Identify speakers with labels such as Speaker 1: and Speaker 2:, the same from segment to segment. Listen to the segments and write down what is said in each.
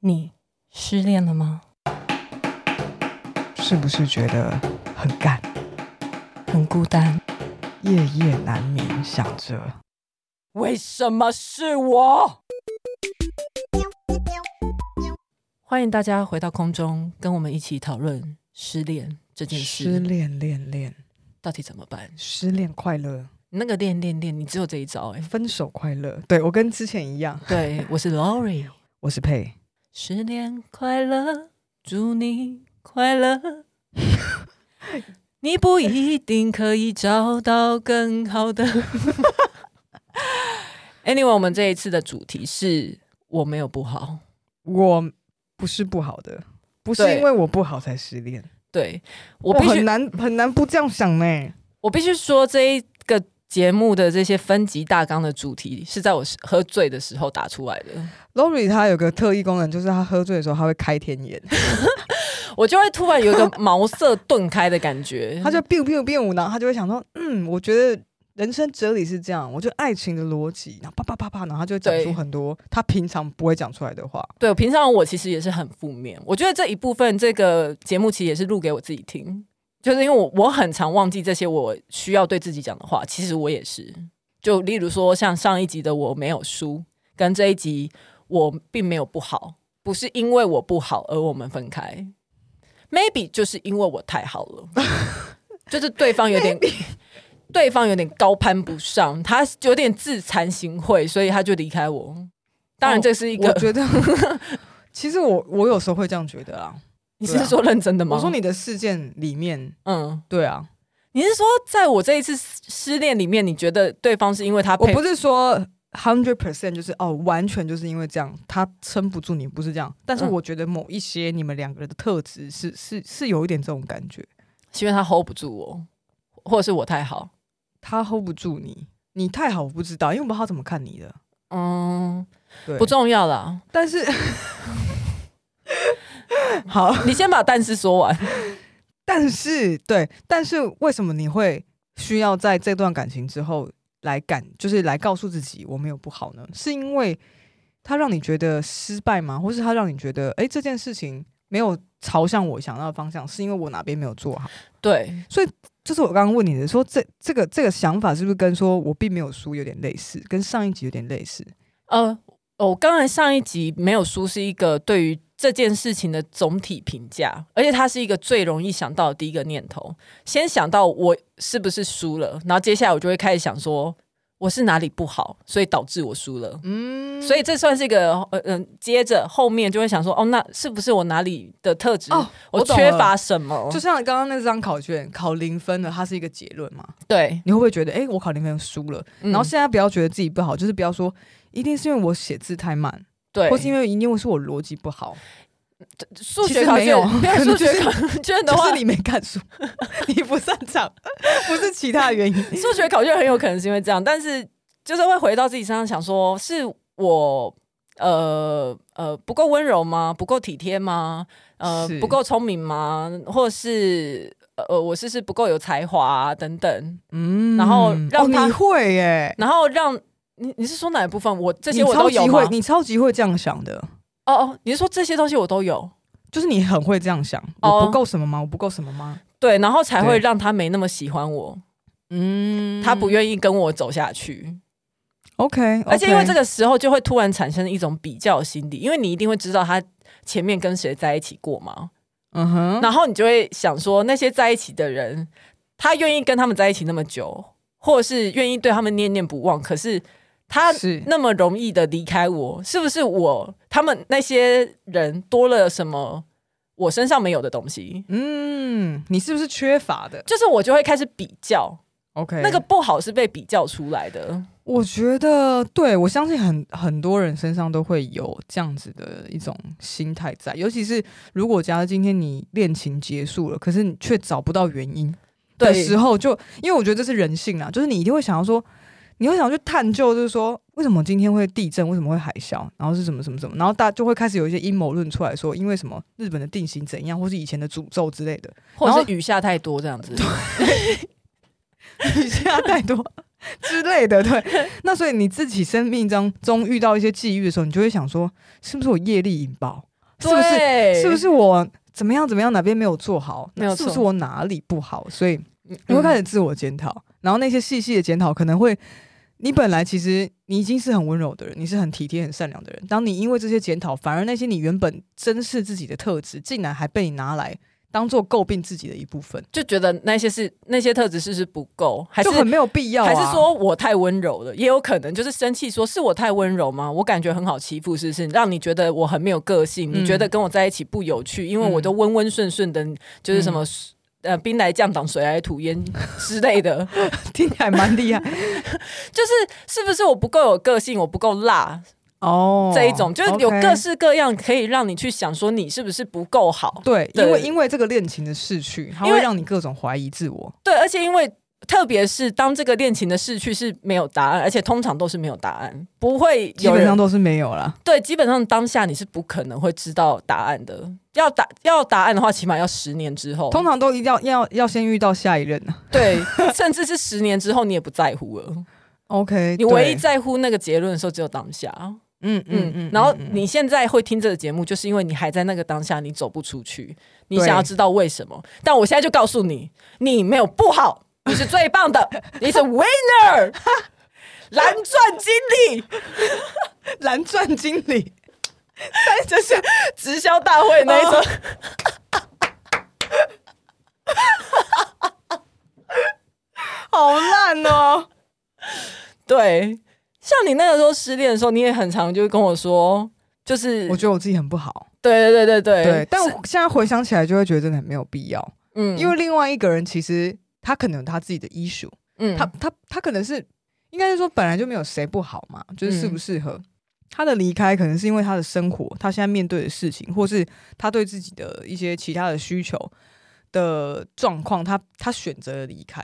Speaker 1: 你失恋了吗？
Speaker 2: 是不是觉得很干，
Speaker 1: 很孤单，
Speaker 2: 夜夜难眠，想着
Speaker 1: 为什么是我？欢迎大家回到空中，跟我们一起讨论失恋这件
Speaker 2: 失
Speaker 1: 事
Speaker 2: 恋恋恋，
Speaker 1: 到底怎么办。
Speaker 2: 失恋快乐，
Speaker 1: 你那个恋恋恋，你只有这一招哎、
Speaker 2: 分手快乐。对我跟之前一样，
Speaker 1: 对，我是 Lori，
Speaker 2: 我是佩，
Speaker 1: 失恋快乐，祝你快乐。 你不一定可以找到更好的。anyway，我们这一次的主题是我没有不好。
Speaker 2: 我不是不好的，不是
Speaker 1: 对
Speaker 2: 因为我不好才失恋，
Speaker 1: 对我必须
Speaker 2: 很，难很难不这样想呢、
Speaker 1: 我必须说这一个节目的这些分级大纲的主题是在我喝醉的时候打出来的。
Speaker 2: Lori 他有个特异功能，就是他喝醉的时候他会开天眼，，
Speaker 1: 我就会突然有一个茅塞顿开的感觉
Speaker 2: 他就 biu biu biu，然后他就会想说，嗯，我觉得人生哲理是这样，我觉得爱情的逻辑，然后啪啪啪啪，然后他就会讲
Speaker 1: 对
Speaker 2: 出很多他平常不会讲出来的话。
Speaker 1: 对，平常我其实也是很负面。我觉得这一部分这个节目其实也是录给我自己听，就是因为我我很常忘记这些我需要对自己讲的话。其实我也是，就例如说像上一集的我没有输，跟这一集我并没有不好，不是因为我不好而我们分开，maybe 就是因为我太好 了，就是对方有点。对方有点高攀不上，他有点自惭形秽，所以他就离开我。当然，
Speaker 2: 哦
Speaker 1: 这是一个、
Speaker 2: 我觉得，其实我我有时候会这样觉得啊。
Speaker 1: 你
Speaker 2: 对
Speaker 1: 是
Speaker 2: 啊
Speaker 1: 说认真的吗？
Speaker 2: 我说，你的事件里面，
Speaker 1: 嗯，
Speaker 2: 对啊，
Speaker 1: 你是说在我这一次失失恋里面，你觉得对方是因为他
Speaker 2: 我
Speaker 1: 配
Speaker 2: 不是说 hundred percent 就是哦，完全就是因为这样，他撑不住你，不是这样。但是
Speaker 1: 嗯
Speaker 2: 我觉得某一些你们两个人的特质是是是有一点这种感觉，
Speaker 1: 是因为他 hold 不住我，或者是我太好？
Speaker 2: 他 hold 不住你，你太好，我不知道，因为我不知道他怎么看你的。
Speaker 1: 嗯，
Speaker 2: 对，
Speaker 1: 不重要啦。
Speaker 2: 但是 好，
Speaker 1: 你先把但是说完。
Speaker 2: 但是对，但是为什么你会需要在这段感情之后来感，就是来告诉自己我没有不好呢？是因为他让你觉得失败吗？或是他让你觉得，哎、这件事情没有朝向我想要的方向，是因为我哪边没有做好？
Speaker 1: 对，
Speaker 2: 这是我刚刚问你的，说这这个这个想法是不是跟说我并没有输有点类似，跟上一集有点类似？
Speaker 1: 呃，我刚才上一集没有输，是一个对于这件事情的总体评价，而且它是一个最容易想到的第一个念头。先想到我是不是输了，然后接下来我就会开始想说我是哪里不好，所以导致我输了。
Speaker 2: 嗯
Speaker 1: 所以这算是一个呃嗯、接着后面就会想说，哦，那是不是我哪里的特质、
Speaker 2: 哦
Speaker 1: 我
Speaker 2: 我懂
Speaker 1: 缺
Speaker 2: 了
Speaker 1: 乏什么？
Speaker 2: 就像刚刚那张考卷考零分的，它是一个结论嘛？
Speaker 1: 对，
Speaker 2: 你会不会觉得，哎、我考零分输了？
Speaker 1: 嗯
Speaker 2: 然后现在不要觉得自己不好，就是不要说一定是因为我写字太慢，
Speaker 1: 对，
Speaker 2: 或是因为一定是我逻辑不好，
Speaker 1: 数
Speaker 2: 其
Speaker 1: 学
Speaker 2: 实
Speaker 1: 考
Speaker 2: 没有
Speaker 1: 卷对
Speaker 2: 可能
Speaker 1: 数
Speaker 2: 就
Speaker 1: 学
Speaker 2: 是
Speaker 1: 考卷的
Speaker 2: 就
Speaker 1: 话
Speaker 2: 是，你没看 书，你不擅长，不是其他原因。
Speaker 1: 数学考卷很有可能是因为这样，但是就是会回到自己身上想说，是我呃呃不够温柔吗？不够体贴吗？呃
Speaker 2: 是，
Speaker 1: 不够聪明吗？或者是呃我是不是不够有才华、啊、等等，
Speaker 2: 嗯
Speaker 1: 然后让他
Speaker 2: 哦、你会耶、
Speaker 1: 然后让。你你是说哪一部分？我这
Speaker 2: 这
Speaker 1: 些我都有吗？
Speaker 2: 你超级会这样想的，
Speaker 1: 哦哦，你是说这些东西我都有？
Speaker 2: 就是你很会这样想，
Speaker 1: 哦
Speaker 2: 我不够什么吗？我不够什么吗？
Speaker 1: 对，然后才会
Speaker 2: 对
Speaker 1: 让他没那么喜欢我，
Speaker 2: 嗯
Speaker 1: 他不愿意跟我走下去。
Speaker 2: OK，,
Speaker 1: 而且因为这
Speaker 2: 个，
Speaker 1: 个时候就会突然产生一种比较心理，因为你一定会知道他前面跟谁在一起过嘛，
Speaker 2: 嗯哼，
Speaker 1: 然后你就会想说那些在一起的人，他愿意跟他们在一起那么久，或者是愿意对他们念念不忘，可是他
Speaker 2: 是
Speaker 1: 那么容易的离开我，是不是我他们那些人多了什么我身上没有的东西？
Speaker 2: 嗯，你是不是缺乏的
Speaker 1: 就是我就会开始比较，
Speaker 2: ？OK，
Speaker 1: 那个不好是被比较出来的。
Speaker 2: 我觉得，对我相信很很多人身上都会有这样子的一种心态在，尤其是如果假如今天你恋情结束了，可是你却找不到原因的
Speaker 1: 对
Speaker 2: 时候就，因为我觉得这是人性啦，就是你一定会想要说，你会想要去探究，就是说为什么今天会地震，为什么会海啸，然后是什么什么什么，然后大家就会开始有一些阴谋论出来说，因为什么日本的定型怎样，或是以前的诅咒之类的，
Speaker 1: 或者
Speaker 2: 然
Speaker 1: 是雨下太多这样子，
Speaker 2: 雨下太 多之类的，对。那所以你自己生命当中遇到一些际遇的时候，你就会想说，是不是我业力引爆？是不是？
Speaker 1: 对
Speaker 2: 是不？是我怎么样怎么样哪边没有做好？
Speaker 1: 没有
Speaker 2: 是不是
Speaker 1: 错
Speaker 2: 我哪里不好？所以
Speaker 1: 嗯
Speaker 2: 你会开始自我检讨，然后那些细细的检讨可能会，你本来其实你已经是很温柔的人，你是很体贴、很善良的人。当你因为这些检讨，反而那些你原本珍视自己的特质，竟然还被你拿来当做诟病自己的一部分，
Speaker 1: 就觉得那些是那些特质是不是不够，还是
Speaker 2: 就很没有必要、啊。
Speaker 1: 还是说我太温柔了，也有可能就是生气，说是我太温柔吗？我感觉很好欺负，是不是？让你觉得我很没有个性，
Speaker 2: 嗯
Speaker 1: 你觉得跟我在一起不有趣，因为我都温温顺顺的，就是什么。呃，兵来将挡，水来土掩之类的，
Speaker 2: 听起来蛮厉害
Speaker 1: 就是是不是我不够有个性，我不够辣
Speaker 2: 哦？
Speaker 1: 这一种，就是有
Speaker 2: OK
Speaker 1: 各式各样可以让你去想说你是不是不够好，
Speaker 2: 对，
Speaker 1: 对
Speaker 2: 因为因为这个恋情的逝去，它
Speaker 1: 因
Speaker 2: 会
Speaker 1: 为
Speaker 2: 让你各种怀疑自我。
Speaker 1: 对，而且因为特别是当这个恋情的逝去是没有答案，而且通常都是没有答案，不会
Speaker 2: 基
Speaker 1: 有
Speaker 2: 本
Speaker 1: 人
Speaker 2: 上都是没有啦。
Speaker 1: 对，基本上当下你是不可能会知道答案的。要答要答案的话，起码要十年之后，
Speaker 2: 通常都一定要要要先遇到下一任啊。
Speaker 1: 对，甚至是十年之后你也不在乎了。
Speaker 2: OK，
Speaker 1: 你唯一
Speaker 2: 对
Speaker 1: 在乎那个结论的时候，只有当下。
Speaker 2: 嗯
Speaker 1: 嗯嗯。然后你现在会听这个节目，就是因为你还在那个当下，你走不出去，你
Speaker 2: 对
Speaker 1: 想要知道为什么。但我现在就告诉你，你没有不好，你是最棒 的，你是 winner，蓝钻经理，
Speaker 2: 蓝钻经 理，
Speaker 1: 就是直销大会那一
Speaker 2: 哦
Speaker 1: 种。
Speaker 2: 好烂哦！
Speaker 1: 对，像你那个时候失恋的时候，你也很常就会跟我说，就是
Speaker 2: 我觉得我自己很不好，
Speaker 1: 对对对对
Speaker 2: 对，但我
Speaker 1: 是
Speaker 2: 现在回想起来就会觉得真的很没有必要，
Speaker 1: 嗯
Speaker 2: 因为另外一个人其实他可能有他自己的 issue，
Speaker 1: 嗯
Speaker 2: 他他他可能是应该是说本来就没有谁不好嘛，就是
Speaker 1: 嗯
Speaker 2: 适不适合。他的离开可能是因为他的生活，他现在面对的事情，或是他对自己的一些其他的需求的状况，他他选择了离开。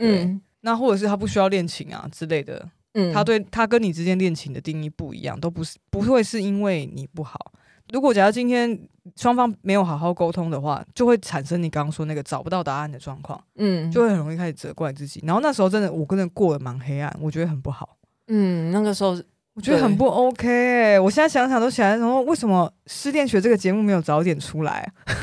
Speaker 1: 嗯
Speaker 2: 那或者是他不需要恋情啊之类的，
Speaker 1: 嗯
Speaker 2: 他对他跟你之间恋情的定义不一样，都不是不会是因为你不好。如果假如今天双方没有好好沟通的话，就会产生你刚刚说那个找不到答案的状况，
Speaker 1: 嗯
Speaker 2: 就会很容易开始责怪自己。然后那时候真的我真的过得蛮黑暗，我觉得很不好，
Speaker 1: 嗯那个时候
Speaker 2: 我觉得很不 OK、欸。我现在想想都起来，然后为什么失恋学这个节目没有早点出来？啊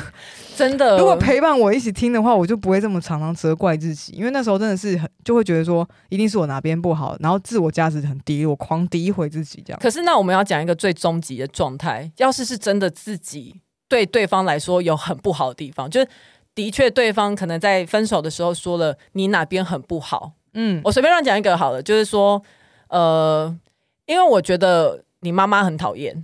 Speaker 1: 真的，
Speaker 2: 如果陪伴我一起听的话，我就不会这么常常责怪自己，因为那时候真的是很就会觉得说，一定是我哪边不好，然后自我价值很低，我狂诋毁自己这样。
Speaker 1: 可是那我们要讲一个最终极的状态，要是是真的自己对对方来说有很不好的地方，就是。的确，对方可能在分手的时候说了你哪边很不好，
Speaker 2: 嗯，
Speaker 1: 我随便乱讲一个好了，就是说，呃，因为我觉得你妈妈很讨厌，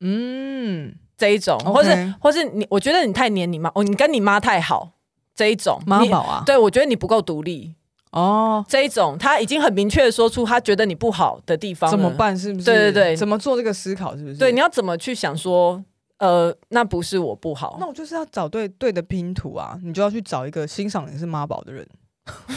Speaker 2: 嗯，
Speaker 1: 这一种，
Speaker 2: OK
Speaker 1: 或是或是你，我觉得你太黏你妈，哦，你跟你妈太好这一种，
Speaker 2: 妈
Speaker 1: 你
Speaker 2: 宝啊，
Speaker 1: 对我觉得你不够独立
Speaker 2: 哦，
Speaker 1: 这一种，他已经很明确的说出他觉得你不好的地方，
Speaker 2: 怎么？办？是不是？
Speaker 1: 对对对
Speaker 2: 怎么做这个思考？是不是？
Speaker 1: 对，你要怎么去想说，呃，那不是我不好
Speaker 2: 那，我就是要找对对的拼图啊，你就要去找一个欣赏你是妈宝的人。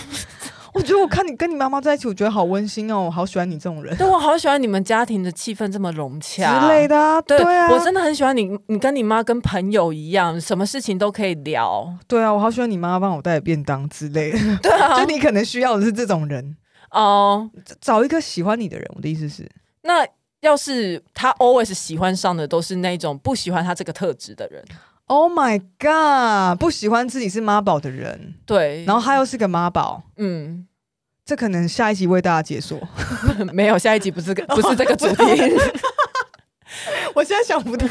Speaker 2: 我觉得我看你跟你妈妈在一起，我觉得好温馨哦，我好喜欢你这 种人
Speaker 1: 但我好喜欢你们家庭的气氛这么融洽
Speaker 2: 之类。的啊，
Speaker 1: 对，
Speaker 2: 啊，
Speaker 1: 我真的很喜欢你，你跟你妈跟朋友一样，什么事情都可以聊。
Speaker 2: 对啊，我好喜欢你妈妈帮我带便当之类的。
Speaker 1: 对啊
Speaker 2: 就，你可能需要的是这种人，
Speaker 1: 哦、
Speaker 2: 找一个喜欢你的人。我的意思是，
Speaker 1: 那要是他 always 喜欢上的都是那种不喜欢他这个特质的人，
Speaker 2: Oh my god，不喜欢自己是妈宝的人，
Speaker 1: 对，
Speaker 2: 然后他又是个妈宝，
Speaker 1: 嗯。
Speaker 2: 这可能下一集为大家解 说。
Speaker 1: 没有，下一集不是个不是这个主题，
Speaker 2: 我现在想不到，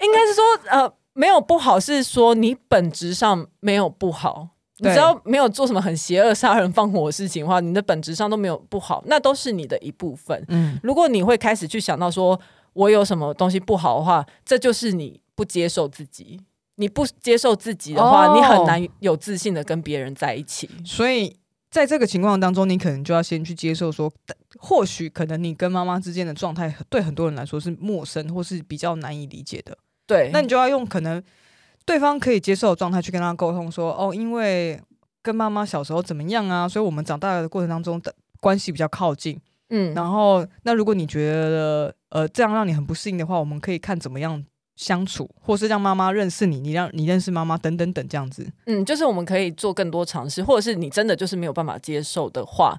Speaker 1: 应该是说呃，没有不好，是说你本质上没有不好。你
Speaker 2: 对
Speaker 1: 只要没有做什么很邪恶、杀人放火的事情的话，你的本质上都没有不好，那都是你的一部分。
Speaker 2: 嗯，
Speaker 1: 如果你会开始去想到说我有什么东西不好的话，这就是你不接受自己。你不接受自己的话
Speaker 2: 哦
Speaker 1: 你很难有自信的跟别人在一起。
Speaker 2: 所以在这个情况当中，你可能就要先去接受说，或许可能你跟妈妈之间的状态，对很多人来说是陌生或是比较难以理解的。
Speaker 1: 对，
Speaker 2: 那你就要用可能对方可以接受的状态去跟他沟通说，哦，因为跟妈妈小时候怎么样啊，所以我们长大的过程当中的关系比较靠近。
Speaker 1: 嗯
Speaker 2: 然后，那如果你觉得呃这样让你很不适应的话，我们可以看怎么样相处，或是让妈妈认识你，你让你认识妈妈等等等这样子。
Speaker 1: 嗯，就是我们可以做更多尝试，或者是你真的就是没有办法接受的话，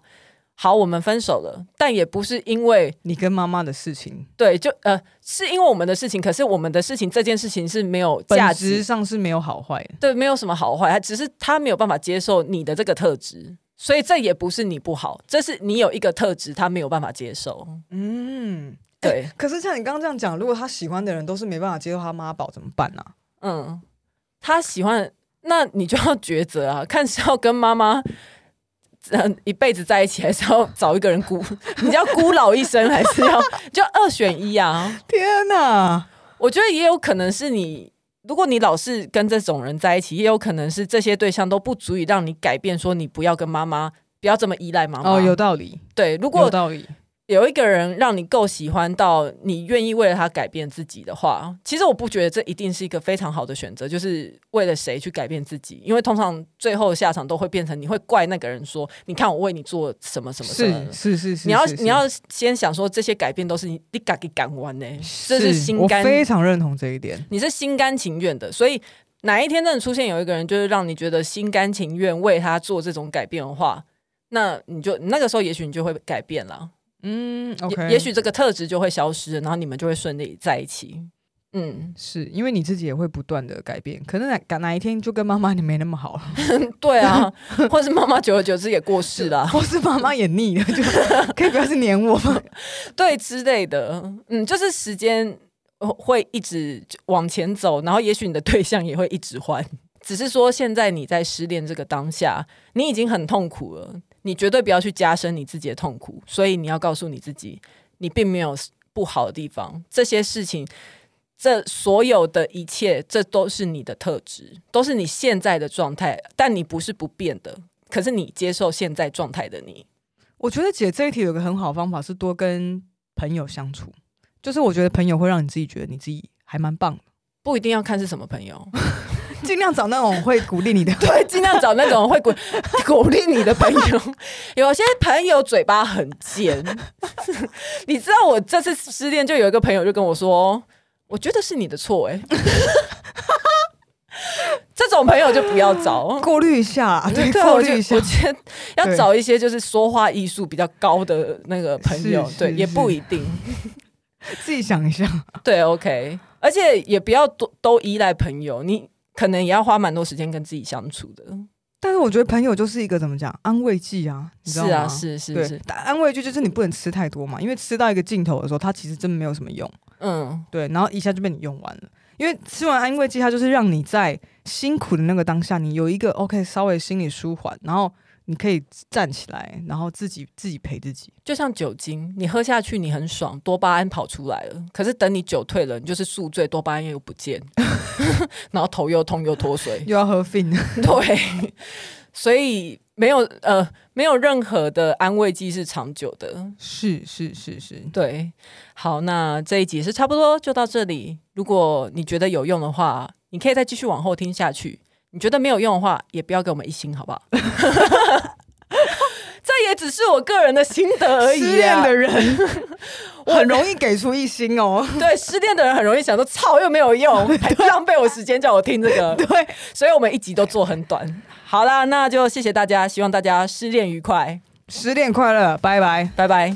Speaker 1: 好，我们分手了，但也不是因为
Speaker 2: 你跟妈妈的事情，
Speaker 1: 对，就呃，是因为我们的事情，可是我们的事情这件事情是没有
Speaker 2: 本
Speaker 1: 价
Speaker 2: 质
Speaker 1: 值，
Speaker 2: 上是没有好坏的。
Speaker 1: 对，没有什么好坏，他只是他没有办法接受你的这个特质，所以这也不是你不好，这是你有一个特质他没有办法接受，
Speaker 2: 嗯，
Speaker 1: 对，
Speaker 2: 可是像你刚刚这样讲，如果他喜欢的人都是没办法接受他妈宝，怎么办啊？
Speaker 1: 嗯，他喜欢，那你就要抉择啊，看是要跟妈妈。嗯，一辈子在一起，还是要找一个人孤？ 你要孤老一生，还是要就二选一啊？
Speaker 2: 天哪！
Speaker 1: 我觉得也有可能是你，如果你老是跟这种人在一起，也有可能是这些对象都不足以让你改变，说你不要跟妈妈，不要这么依赖妈妈。
Speaker 2: 哦，有道理，
Speaker 1: 对，如
Speaker 2: 有
Speaker 1: 果
Speaker 2: 道理。
Speaker 1: 有一个人让你够喜欢到你愿意为了他改变自己的话，其实我不觉得这一定是一个非常好的选择，就是为了谁去改变自己，因为通常最后的下场都会变成你会怪那个人说，你看我为你做什么什么什么
Speaker 2: 是。是是是，
Speaker 1: 你要
Speaker 2: 是
Speaker 1: 你要先想说，这些改变都是你你敢给敢玩呢、这是心
Speaker 2: 我
Speaker 1: 甘
Speaker 2: 非常认同这一点。
Speaker 1: 你是心甘情愿的，所以哪一天真的出现有一个人，就是让你觉得心甘情愿为他做这种改变的话，那你就那个时候也许你就会改变了
Speaker 2: 嗯
Speaker 1: 也
Speaker 2: ，OK，
Speaker 1: 也许这个特质就会消失，然后你们就会顺利在一起。嗯，
Speaker 2: 是因为你自己也会不断的改变，可能哪哪哪一天就跟妈妈你没那么好了，
Speaker 1: 对啊， 或是妈妈久而久之也过世了，啊
Speaker 2: 或是妈妈也腻了， 就可以不要是黏我吗？
Speaker 1: 对之类的。嗯，就是时间呃会一直往前走，然后也许你的对象也会一直换。只是说，现在你在失恋这个当下，你已经很痛苦了，你绝对不要去加深你自己的痛苦。所以你要告诉你自己，你并没有不好的地方，这些事情，这所有的一切，这都是你的特质，都是你现在的状态，但你不是不变的。可是你接受现在状态的你，
Speaker 2: 我觉得姐这一题有个很好的方法是多跟朋友相处，就是我觉得朋友会让你自己觉得你自己还蛮棒的，
Speaker 1: 不一定要看是什么朋友。
Speaker 2: 尽量找那种会鼓励你的。
Speaker 1: 对， 尽量找那种会鼓 鼓励你的朋 友。有些朋友嘴巴很尖， 你知道我这次失恋就有一个朋友就跟我说，我觉得是你的错哎、欸， 这种朋友就不要找。
Speaker 2: 过滤一下，对，
Speaker 1: 对，啊
Speaker 2: 过
Speaker 1: 我觉
Speaker 2: 滤一下
Speaker 1: 我。觉得要
Speaker 2: 对
Speaker 1: 找一些就是说话艺术比较高的那个朋友
Speaker 2: 是，
Speaker 1: 对，
Speaker 2: 是
Speaker 1: 也不
Speaker 2: 是
Speaker 1: 一定。
Speaker 2: 自己想一下。
Speaker 1: 对，OK，而且也不要都都依赖朋友，你可能也要花蛮多时间跟自己相处的。
Speaker 2: 但是我觉得朋友就是一个怎么讲安慰剂啊，你知
Speaker 1: 是
Speaker 2: 道吗？
Speaker 1: 啊，是是
Speaker 2: 对
Speaker 1: 是，，
Speaker 2: 但安慰剂就是你不能吃太多嘛，因为吃到一个尽头的时候，它其实真没有什么用。
Speaker 1: 嗯。
Speaker 2: 对，然后一下就被你用完了。因为吃完安慰剂，它就是让你在辛苦的那个当下，你有一个 OK 稍微心理舒缓，然后你可以站起来，然后自己自己陪自己。
Speaker 1: 就像酒精，你喝下去你很爽，多巴胺跑出来了。可是等你酒退了，你就是宿醉，多巴胺又不 见，然后头又痛又脱水。
Speaker 2: 又要喝 fin，
Speaker 1: 对，所以没有呃没有任何的安慰剂是长久的。
Speaker 2: 是是是是，
Speaker 1: 对，好，那这一集是差不多就到这里。如果你觉得有用的话，你可以再继续往后听下去。你觉得没有用的话，也不要给我们一星，好不好？ 这也只是我个人的心得而已、啊。
Speaker 2: 失恋的人 很容易给出一星哦。
Speaker 1: 对，失恋的人很容易想说，操，又没有用，还浪费我时间叫我听这个。
Speaker 2: 对，
Speaker 1: 所以我们一集都做很短。好啦，那就谢谢大家，希望大家失恋愉快，
Speaker 2: 失恋快乐，拜拜。
Speaker 1: 拜拜。